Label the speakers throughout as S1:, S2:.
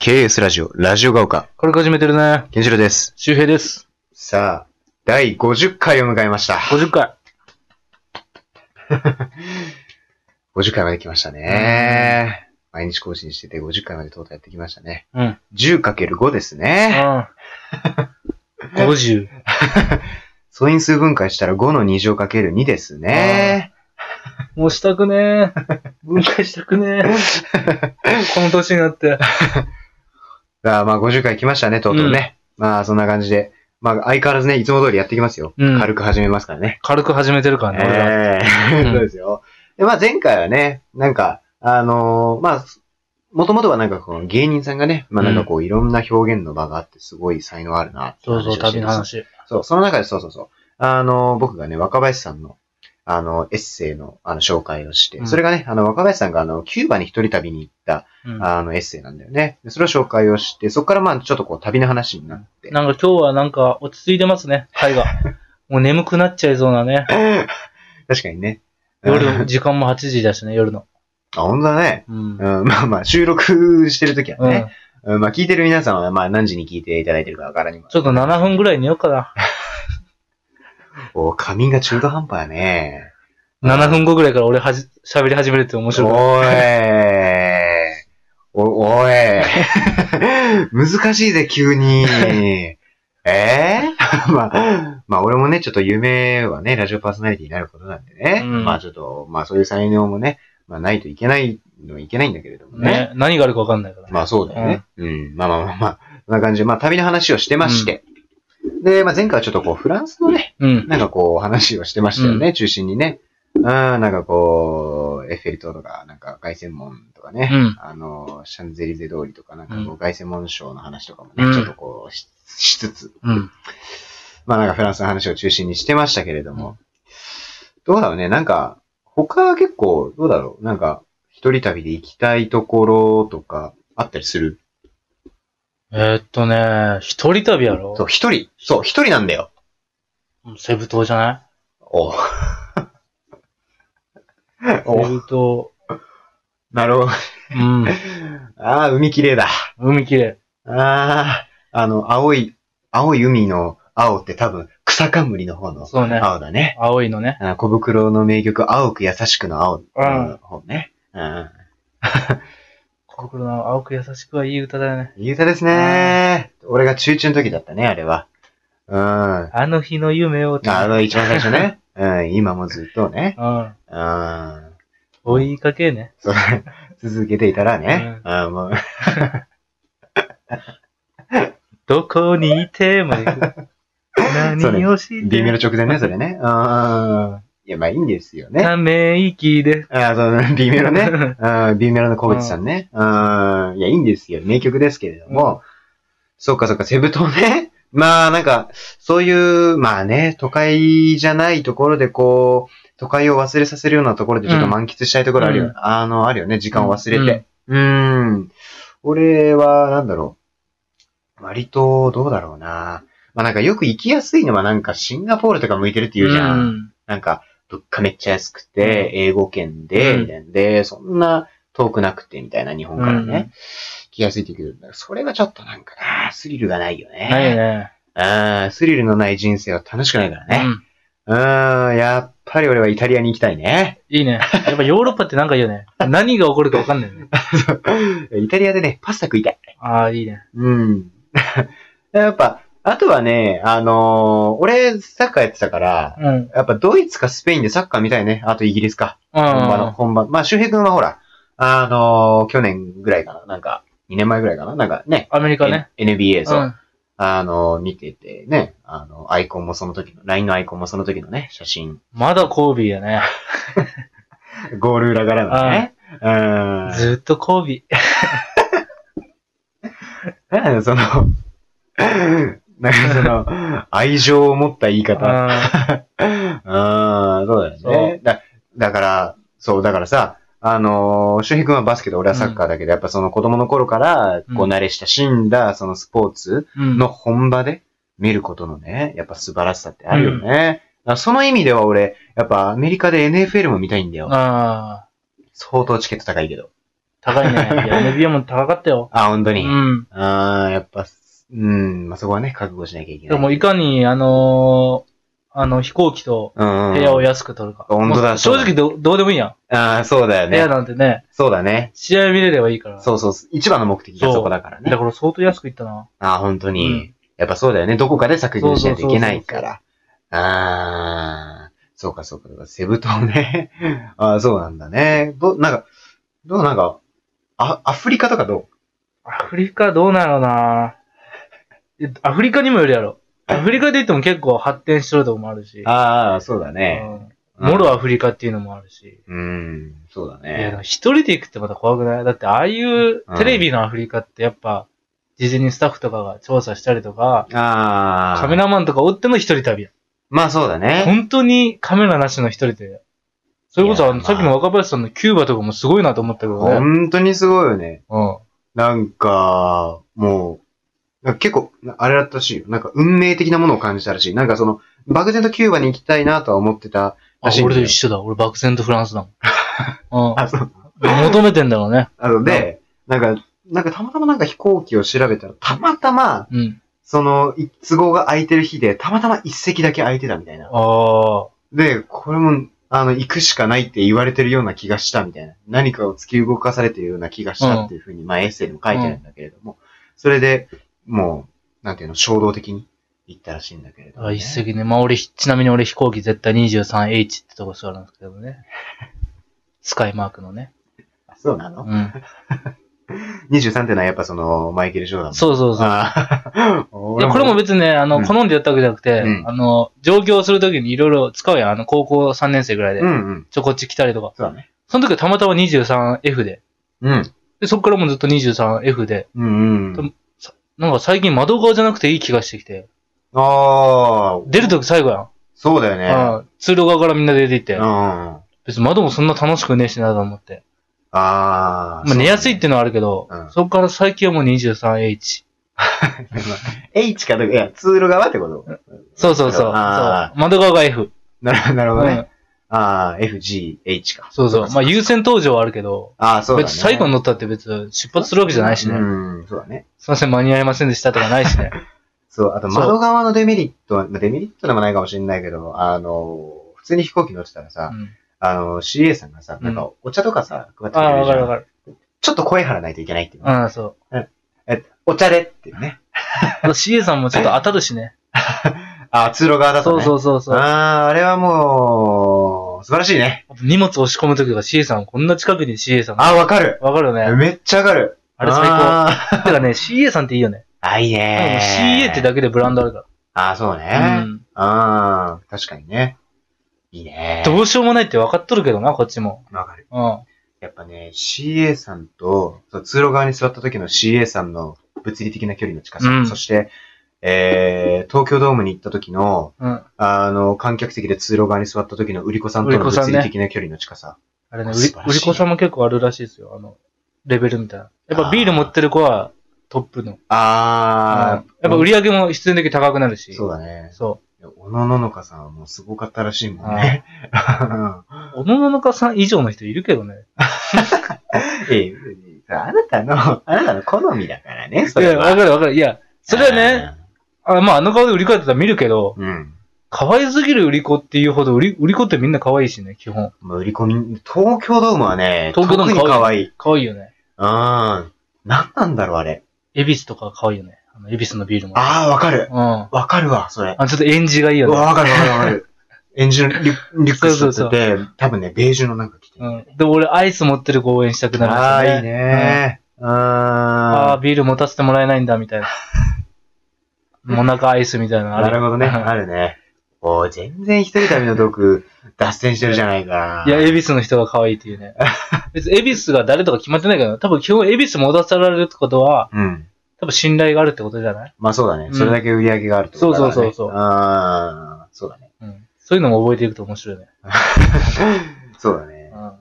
S1: KS ラジオ、ラジオが丘、
S2: 軽く始めてるね。
S1: ケンシロウです。
S2: 周平です。
S1: さあ、第50回を迎えました。
S2: 50回。
S1: 50回まで来ましたね。毎日更新してて50回までとうとうやってきましたね。
S2: うん。
S1: 10×5 です
S2: う
S1: ね。
S2: ん。50。
S1: 素因数分解したら5の2乗 ×2 ですね。
S2: もうしたくねえ。分解したく ねえ。この年になって。
S1: さあ、まあ50回来ましたね、とうとうね。まあそんな感じで。まあ相変わらずね、いつも通りやっていきますよ。
S2: うん
S1: 軽く始めますからね。
S2: 軽く始めてるからね、俺ら。
S1: え
S2: う
S1: え
S2: ん
S1: そうですよ。で、まあ前回はね、なんか、あのーまあ、もともとはなんかこの芸人さんがね、まあなんかこういろんな表現の場があってすごい才能あるなって
S2: そう
S1: 話を
S2: そう、
S1: して
S2: 旅
S1: る
S2: の
S1: んですよ
S2: 話。
S1: そう、その中でそうそうそう。あの、僕がね、若林さんの、あの、エッセイの、あの、紹介をして、
S2: うん
S1: それがね、あの、若林さんが、あの、キューバに一人旅に行った、
S2: うん
S1: あの、エッセイなんだよね。でそれを紹介をして、そこからまあ、ちょっとこう、旅の話になって。
S2: なんか今日はなんか落ち着いてますね、会 が。もう眠くなっちゃいそうなね。
S1: 確かにね。
S2: 夜、
S1: うん
S2: 時間も8時だしね、夜の。
S1: あ、ほんとだね。
S2: うん。
S1: うん、まあまあ、収録してるときは
S2: うん
S1: ね、うんまあ、聞いてる皆さんは、まあ、何時に聞いていただいてるかわからにも。
S2: ちょっと7分ぐらい寝ようかな。
S1: お仮眠が中途半端やね。
S2: 7分後ぐらいから俺はじ、喋り始めるって面白いから。
S1: おーい。お、おい。 難しいぜ、急に。ええ まあ、まあ、俺もね、ちょっと夢はね、ラジオパーソナリティになることなんでね。
S2: うん
S1: まあ、ちょっと、まあ、そういう才能もね、まあ、ないといけないのはいけないんだけれどもね。
S2: ね。何があるかわかんないから。
S1: まあ、そうだよね。うん、まあまあまあまあ、そんな感じで、まあ、旅の話をしてまして。で、まあ、前回はちょっとこう、フランスのね、
S2: うん。
S1: なんかこう、話をしてましたよね、中心にね。うん、なんかこう、エッフェル塔とか、なんか凱旋門とかね、
S2: うん
S1: あの、シャンゼリゼ通りとか、なんかこ
S2: う
S1: う、凱旋門賞の話とかもね、
S2: うん
S1: ちょっとこうし、しつつ、
S2: うん。
S1: まあなんかフランスの話を中心にしてましたけれども、どうだろうね、なんか、他は結構、どうだろう、なんか、一人旅で行きたいところとか、あったりする
S2: えーっとね、一人旅やろ
S1: そう、一人、そう、一人なんだよ。
S2: セブ島じゃな
S1: おう
S2: いセ
S1: おう
S2: ブ島。
S1: なるほど。
S2: うん。
S1: ああ、海綺麗だ。
S2: 海綺麗。
S1: ああ、あの、青い、青い海の青って多分、草冠の方の
S2: そうね。
S1: 青だね。
S2: 青いのね。
S1: あの小袋の名曲、青く優しくの青の方ね。うん。
S2: 心の青く優しくはいい歌だよね。
S1: いい歌ですね。俺が中中の時だったね、あれは。うん。あ
S2: あの日の夢を。
S1: の、一番最初 ね。うん、今もずっとね。
S2: うん。
S1: うん。
S2: 追いかけね。
S1: そう 続けていたらね。うん、もう、
S2: どこにいても 行く。
S1: そうね
S2: 何をして。
S1: 微妙な直前ね、それね。うん。いや、まあいいんですよね。
S2: ため息で。
S1: ああ、そう、微妙なね。 うん、ビーメラの小口さんね。うん、いや、いいんですよ。名曲ですけれども。そっかそっか、セブ島ね。 まあ、なんか、そういう、まあね、都会じゃないところでこう、都会を忘れさせるようなところでちょっと満喫したいところあるよ。
S2: うん
S1: あの、あるよね、時間を忘れて。うん。ん、俺は、なんだろう。割と、どうだろうな。まあなんかよく行きやすいのはなんかシンガポールとか向いてるって言うじゃん。
S2: うん。
S1: なんか、物価めっちゃ安くて、英語圏で、
S2: うん
S1: みたいなんで、そんな遠くなくて、みたいな日本から
S2: うん
S1: ね、来やすいって言うけど、それはちょっとなんかな、スリルがないよね。
S2: ないよね。
S1: あースリルのない人生は楽しくないから
S2: う
S1: ね。
S2: ん。
S1: うん、やっぱり俺はイタリアに行きたいね。
S2: いいね。やっぱヨーロッパってなんかいいよね。何が起こるかわかんないよね。
S1: イタリアでね、パスタ食いたい。
S2: ああ、いいね。
S1: うん。 やっぱ、あとはね、あのー俺、サッカーやってたから、
S2: うん。うん。
S1: やっぱドイツかスペインでサッカー見たいね。あとイギリスか。本場の、本場。まあ、周平君はほら、あのー去年ぐらいかな、なんか、2年前ぐらいかな、なんかね、
S2: アメリカね。
S1: N- NBA、そう、
S2: うん。
S1: あのー見ててね、あの、アイコンもその時の、LINE のアイコンもその時のね、写真、
S2: まだコービーやね。
S1: ゴール裏からのね、うん
S2: ずっとコービー。
S1: なんかその、 なんかその、愛情を持った言い方。
S2: あ
S1: うん、そうだよ
S2: そ
S1: ね。だだから、そう、だからさ、あのー、周平君はバスケで俺はサッカーだけど、やっぱその子供の頃から、こう
S2: うん
S1: 慣れ親しんだ、そのスポーツ、
S2: ーうん
S1: の本場で見ることのね、やっぱ素晴らしさってあるよね。だからその意味では俺、やっぱアメリカで NFL も見たいんだよ。
S2: ああ。
S1: 相当チケット高いけど。
S2: 高いね。い や NBA も高かったよ。
S1: あ、本当
S2: う
S1: に。
S2: ん。
S1: ああ、やっぱ、うん、まあ、そこはね、覚悟しなきゃいけ
S2: で
S1: ない。
S2: もいかに、あのーあの、飛行機と
S1: うん、うん。
S2: 部屋を安く取るか。
S1: うん本当だ
S2: もう正直どどうでもいいや
S1: ああ、そうだよ
S2: ん。部屋
S1: ね。
S2: なんてね、
S1: そうだね。
S2: 試合見れればいいから。
S1: そうそう。一番の目的が
S2: そう
S1: そこだからね
S2: だ。から相当安くいったな。
S1: ああ、本当に、
S2: うん
S1: やっぱそうだよね。どこかで削減しないといけないか
S2: そう
S1: ら。ああ、そうかそうかそうか。セブ島ね。 ああ、そうなんだね。ど、なんか、どうなんか、あ、アフリカとかど
S2: アフリカどうなのなえアフリカにもよるやろ。アフリカで言っても結構発展してるとこもあるし
S1: う。ああ、そうだね。
S2: うんもろア
S1: フ
S2: フリカっていうのもあるし。
S1: うん、そうだ
S2: いや、で
S1: ね。
S2: も一人で行くってまた怖くないだってああいうテレビのアフリカってやっぱ、事前にスタッフとかが調査したりとか、
S1: ああ。
S2: カメラマンとか追っての一人旅や。
S1: まあそうだね。
S2: 本当にカメラなしの一人で。それこそあ
S1: い
S2: の、
S1: や
S2: さっきの若林さんのキューバとかもすごいなと思ったけどね。
S1: 本当にすごいよね。
S2: うん。
S1: なんか、もう、なんか結構、なあれだったらしいよ。なんか運命的なものを感じたらしい。なんかその、漠然とキューバに行きたいなとは思ってたら
S2: あ
S1: しいんだ
S2: 俺
S1: よ
S2: と一緒だ。俺漠然とフランスだもん。うん。
S1: あ、そう。
S2: 求めてんだろうね。
S1: あので、なんか、なんかたまたまなんか飛行機を調べたら、たまたま、
S2: うん。
S1: その、い都合が空いてる日で、たまたま一席だけ空いてたみたいな。
S2: ああ。
S1: で、これも、あの、行くしかないって言われてるような気がしたみたいな。何かを突き動かされてるような気がしたっていうふうに、まあエッセイでも書いてあるんだけれども、それで、もう、なんていうの、衝動的に行ったらしいんだけれども、
S2: あ一石ね。まあ俺、ちなみに俺飛行機絶対 23H ってとこ座るんですけどね。スカイマークのね。
S1: あそうな
S2: う
S1: の、
S2: ん。
S1: ?23 ってのはやっぱその、マイケル・ジョーダンの。う
S2: そうそうそう。
S1: ああ
S2: い
S1: 俺
S2: や、
S1: も
S2: これも別にね、あの、
S1: うん
S2: 好んでやったわけじゃなくて、
S1: うん
S2: あの、上京するときにいろいろ使うやん。あの、高校3年生ぐらいで。
S1: うんうん。
S2: ちょ、こっち来たりとか。
S1: そうだね。
S2: その時はたまたま 23F で。
S1: うん。
S2: で、そっからもうずっと 23F で。
S1: うんう
S2: でも
S1: ん。
S2: なんか最近窓側じゃなくていい気がしてきて。
S1: ああ、
S2: 出るとき最後やん。
S1: そうだよね。
S2: うん。通路側からみんな出ていって
S1: うん。。あ
S2: 別に窓もそんな楽しくねえしなと思って。
S1: あ。
S2: まあ、寝やす
S1: っ。
S2: いってていうのはあるけど、
S1: うん
S2: そこから最近はもう 23H。
S1: H かどうか、いや、通路側ってこと
S2: そうそうそう。そう
S1: あ
S2: 窓側が F。
S1: なるほど、なるほ
S2: う
S1: どね。
S2: ん、
S1: ああ、FGH か。
S2: そうそう。まあ、
S1: う。
S2: 優先登場はあるけど、
S1: ああ、そうだ、ね。
S2: 別に最後に乗ったって別に出発するわけじゃないしね。
S1: うん、そうだね。
S2: すいません、間に合いませんでしたとかない しね。
S1: そう、あと
S2: そう
S1: 窓側のデメリットは、まあデメリットでもないかもしれないけど、あの、普通に飛行機乗ってたらさ、
S2: うん
S1: あの、CA さんがさ、
S2: うん
S1: なんかお茶とかさ、配って
S2: あ
S1: く
S2: あ、
S1: れる
S2: わ
S1: じ
S2: か
S1: ゃん
S2: るわかる。
S1: ちょっと声張らないといけないっていうね、
S2: うん、そう。
S1: お茶でっていうね。
S2: あと CA さんもちょっと当たるしね。
S1: ああ、通路側だと
S2: そう
S1: ね。
S2: そううそうそう。
S1: ああ、あれはもう、素晴らしいね。
S2: あと荷物押し込むときとか CA さん、こんな近くに CA さんが。
S1: ああ、わかる。
S2: わかるよね。
S1: めっちゃわかる。
S2: あれ最高。
S1: あ
S2: てかね、CA さんっていいよね。
S1: あ、あいいね。
S2: CA ってだけでブランドあるか
S1: ああ、そうね。
S2: ら。うん。
S1: ああ、確かにね。いいね。
S2: どうしようもないって分かっとるけどな、こっちも。
S1: わかる。
S2: うん。
S1: やっぱね、CA さんと、そう通路側に座った時の CA さんの物理的な距離の近さ、
S2: うん
S1: そして、えー、東京ドームに行った時の、
S2: うん。
S1: あの、観客席で通路側に座った時の売り子さんとの
S2: 売り子
S1: 物
S2: さんね
S1: 理的な距離の近さ。
S2: あれね、売
S1: 素
S2: り
S1: 晴らしい
S2: 売り子さんも結構あるらしいですよ。あの、レベルみたいな。やっ
S1: あ
S2: ぱ
S1: ー
S2: ビール持ってる子はトップの。
S1: あ
S2: うん
S1: ー、
S2: やっぱ売り上げも必然的に高くなるし。
S1: そうだね。
S2: そ
S1: 小野ののかさんはもうすごかったらしいもんね。
S2: う。小野の中さん以上の人いるけどね。
S1: ええあなたの、 あなたの好みだからね、
S2: い
S1: それ
S2: や、
S1: は。
S2: わかるわかる。いや、それはね、あまあ、あの顔で売り子やってたら見るけど、
S1: うん。うん。
S2: 可愛すぎる売り子っていうほど売り、売り子ってみんな可愛いしね、基本。
S1: もう売り子み、東京ドームはね、
S2: 東京ドーム
S1: 特に可愛い。
S2: 可愛いよね。
S1: ああ、なんなんだろう、あれ。
S2: 恵比寿とか可愛いよね。あの、恵比寿のビールも。
S1: ああ、わかる。
S2: うん。あ
S1: わかるわ、それ。
S2: の、ちょっと演じがいいよ
S1: うわ
S2: ね。
S1: わかるわかるわかる。エンジンのリュリュックス
S2: そ
S1: 取
S2: う
S1: っ
S2: そ
S1: てて、多分ね、ベージュのなんか着てる
S2: うん
S1: だよ
S2: ん。で、俺、アイス持ってる子応援したくなるん
S1: ああ、
S2: ですよ
S1: いいね。
S2: ああ、
S1: あ
S2: ビール持たせてもらえないんだ、みたいな。もなかアイスみたいなの
S1: あ、
S2: あ
S1: なる
S2: る。
S1: ほどね。
S2: うん
S1: あるね。おー全然一人旅の毒、脱線してるじゃないか。
S2: いや、、恵比寿の人が可愛いってい うね。別に恵比寿が誰とか決まってないけど、多分基本恵比寿持たせられるってことは、
S1: うん。
S2: 多分信頼があるってことじゃない、
S1: まあそうだね。
S2: うん
S1: それだけ売り上げがあるってことだからね。
S2: そうそうそうそう
S1: ああ、そうだね。
S2: うん、そういうのも覚えていくと面白いね。
S1: そうだね
S2: う。ん、
S1: い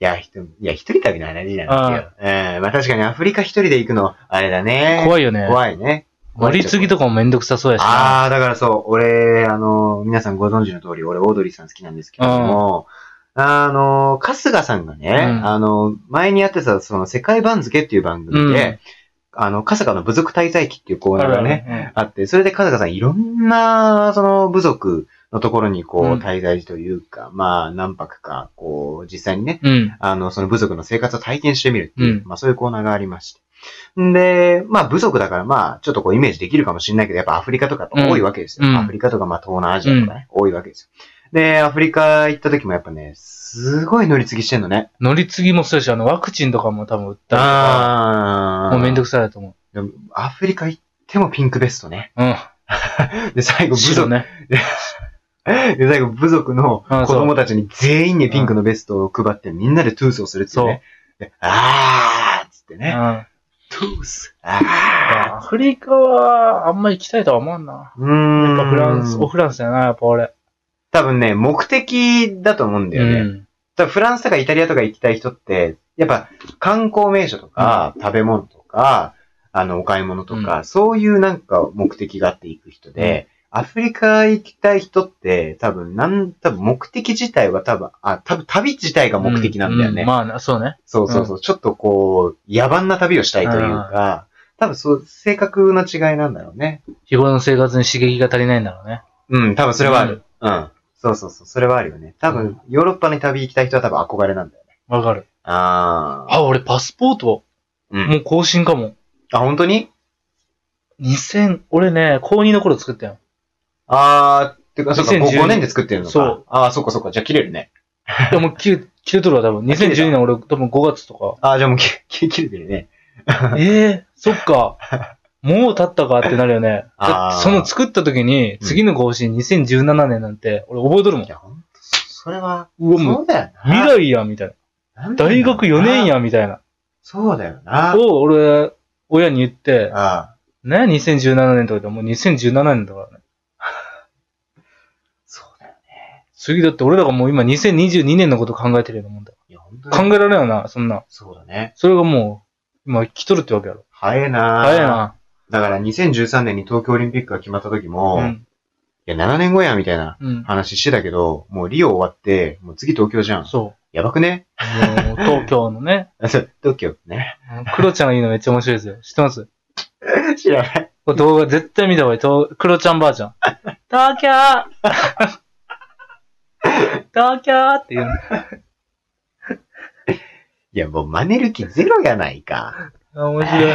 S1: や、ひといや、一人旅の話じゃないですよ。ええまあ確かにアフリカ一人で行くの、あれだね。
S2: 怖いよね。
S1: 怖いね。
S2: 乗り継ぎとかもめんどくさそうやしな。
S1: ああ、だからそう、俺、あの、皆さんご存知の通り、俺、オードリーさん好きなんですけども、あの、春日さんがね、
S2: うん
S1: あの、前にやってた、その、世界番付っていう番組で、あの、春日の部族滞在記っていうコーナーがね、
S2: ね。
S1: あって、それで春日さんいろんな、その、部族のところにこう
S2: うん、
S1: 滞在というか、まあ、何泊か、こう、実際にね、
S2: うん。
S1: あの、その部族の生活を体験してみるっていう、
S2: うん
S1: まあそういうコーナーがありまして。んで、まあ部族だからまあちょっとこうイメージできるかもしれないけど、やっぱアフリカとかやっぱ多いわけですよ。
S2: うん
S1: アフリカとかまあ東南アジアとかね、多いわけですよ。で、アフリカ行った時もやっぱね、すごい乗り継ぎしてんのね。
S2: 乗り継ぎもそうだし、あの、ワクチンとかも多分売ったりとか、
S1: あ
S2: もうめんど
S1: く
S2: くさいだと思
S1: アフリカ行ってもピンクベストね。
S2: う。うん。
S1: で、最後部
S2: 白
S1: 族、
S2: ね。
S1: で、最後部族の
S2: あー
S1: 子
S2: そう
S1: 供たちに全員にピンクのベストを配ってみんなでトゥースをするっていうね。であーっつって
S2: うん。
S1: ね。
S2: ア
S1: トゥース。あー。
S2: フリカは、あんま行きたいとは思わんな。
S1: うー
S2: や
S1: ん
S2: っぱフランス、おフランスやな、やっぱ俺。
S1: 多分ね、目的だと思うんだ
S2: う
S1: よね。
S2: ん。
S1: 多分フランスとかイタリアとか行きたい人って、やっぱ観光名所とか、食べ物とか、あの、お買い物とか、そういうなんか目的があって行く人で、アフリカ行きたい人って、多分、なん、多分目的自体は多分、あ、多分旅自体が目的なんだよね。
S2: うまあな、そうね。
S1: そうそうそう。ちょっとこう、野蛮な旅をしたいというか、多分そう、性格の違いなんだろうね。
S2: 日頃の生活に刺激が足りないんだろうね。
S1: うん、多分それはある。うん。そうそうそう。それはあるよね。多分、ヨーロッパに旅行きたい人は多分憧れなんだよね。
S2: わかる。
S1: ああ。
S2: あ、俺パスポート、
S1: うん
S2: もう更新かも。
S1: あ、本当に
S2: 2000、俺ね、高2の頃作ったよ。
S1: ああ、ってか、そうか、
S2: 2012
S1: 5年で作ってるのか。
S2: そう。
S1: ああ、そっかそっか。じゃあ切れるね。
S2: でも、切れ、切れとるわ、多分。
S1: 切れた
S2: 2012年俺、多分5月とか。
S1: ああ、じゃあもう切 切切れてるね。
S2: ええそっか。もう経ったかってなるよね。だ
S1: あー
S2: ってその作った時に、次の更新2017年なんて、俺覚えとるもん
S1: い。や、ほんと、それは、
S2: うわ、も
S1: そうだよ
S2: う、未
S1: な。
S2: 来や、みたい
S1: 未
S2: な。大学4年。や、みたいな。
S1: そうだよな。
S2: を、俺、親に言って、
S1: ああ。
S2: ね、2017年とかでもう2017年だからね。
S1: そうだよ。
S2: 次だって俺らがもう今2022年のこと考えてるようなもんだ。
S1: いや、本当
S2: 考
S1: に。
S2: えられないよな、そんな。
S1: そうだね。
S2: それがもう、今来とるってわけやろ。
S1: 早いな。
S2: 早い。な。
S1: だから2013年に東京オリンピックが決まった時も、
S2: う
S1: い
S2: ん。
S1: や、7年後や、みたいな
S2: うん。
S1: 話してたけど、もうリオ終わって、もう次東京じゃん。
S2: そう。
S1: やばくね
S2: もう東京のね、
S1: あそう、東京ね。
S2: クロちゃんが言うのめっちゃ面白いですよ。知ってます
S1: 知らない。
S2: これ動画絶対見た方がいいと。クロちゃんばあちゃん。東京 東京って言うの。
S1: いや、もう真似る気ゼロやないか。
S2: あ面白い。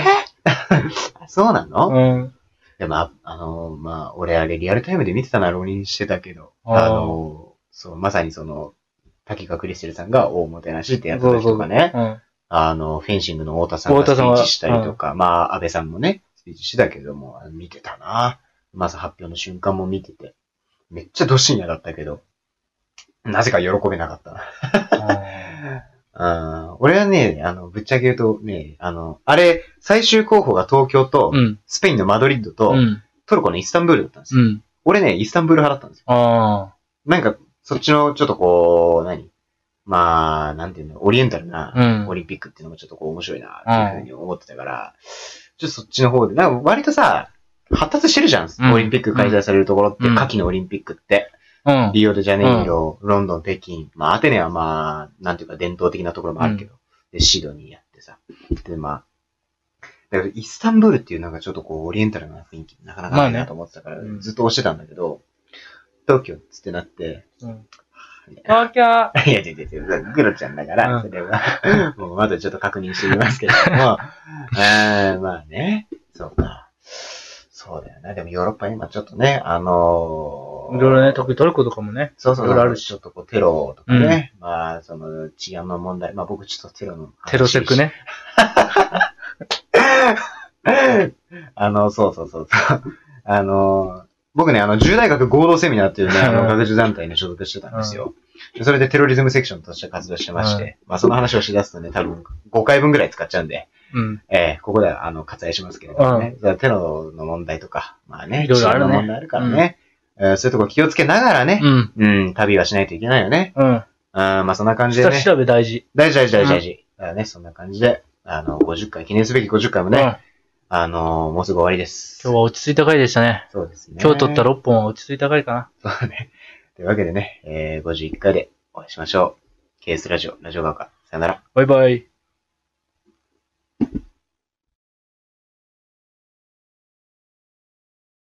S1: そうなの、
S2: うん。
S1: でも、ああのー、まあ、俺あれリアルタイムで見てたな、浪人してたけど。
S2: あー
S1: あのー、そう、まさにその、滝川クリステルさんが大もてなしってやった時とかね。
S2: うん。
S1: あの、フェンシングの太田さんが
S2: 太
S1: スピ
S2: 田さんは
S1: ーチしたりとか、まあ、安倍さんもね、スピーチしてたけども、あの見てたな。まず発表の瞬間も見てて。めっちゃど深夜だったけど、なぜか喜べなかったな。あー俺はね、あの、ぶっちゃけ言うとね、あの、あれ、最終候補が東京と
S2: う、ん。
S1: スペインのマドリッドと、
S2: うん。
S1: トルコのイスタンブールだったんです
S2: う
S1: よ。
S2: ん。
S1: 俺ね、イスタンブール派だったんですよ。
S2: あ
S1: なんか、そっちの、ちょっとこう、何まあ、なんていうの、オリエンタルな
S2: あ。、うん
S1: オ。リンピックっていうのもちょっとこう面白いな、っていうふうに思ってたから、ちょっとそっちの方で、なんか割とさ、発達してるじゃん、
S2: うん
S1: オリンピック開催されるところって、
S2: うん
S1: 夏季のオリンピックって。
S2: うん。
S1: リオデジャネイロ、ロンドン、北京。まあ、アテネはまあ、なんていうか伝統的なところもあるけど。で、シドニーやってさ。で、まあ、だからイスタンブールっていうなんかちょっとこう、オリエンタルな雰囲気、なかなかない
S2: まあ
S1: な
S2: ね
S1: と思ってたから、
S2: うん
S1: ずっと押してたんだけど、東京っつってなって、
S2: うん
S1: いや
S2: 東京
S1: いや、違う違う違う、グロちゃんだから、
S2: うん
S1: それは、 もうまだちょっと確認してみますけれど も、えーまあね、そうか。そうだよな。でもヨーロッパ今ちょっとね、あのー
S2: いろいろね、特にトルコとかもね。
S1: そうそう
S2: い
S1: そう。
S2: ろいろあるし
S1: ちょっとこう、テロとかね。まあ、その、治安の問題。まあ僕ちょっとテロの。
S2: テロセック。ね。
S1: あの、そうそうそうそう。 あの、僕ね、あの、重大学合同セミナーっていうね、あ
S2: う
S1: の、
S2: ん
S1: 学術団体に所属してたんですよ。でそれでテロリズムセクションとして活動してまして、まあその話をしだすとね、多分5回分ぐらい使っちゃうんで、
S2: うん。
S1: えーここでは、あの、割愛しますけれどもね。それはテロの問題とか、まあね、
S2: いろいろあるね
S1: 治安の問題あるからね。えーそういうとこ気をつけながらね、
S2: うん。
S1: うん、旅はしないといけないよね。
S2: うん。
S1: うん、まあそんな感じで
S2: 下
S1: ね。
S2: 調べ大事。
S1: 大事大事大事大事。だからね、そんな感じで、あの、50回、記念すべき50回も
S2: うん。
S1: ね、
S2: 今
S1: あのもうすぐ終わりです。
S2: 日は落ち着いた回でしたね。
S1: そうですね。
S2: 今日取った6本は落ち着いた回かな。
S1: そうね。というわけでね、えー、51回でお会いしましょう。 KS ラジオ、ラジオ側から。さよなら。
S2: バイバイ。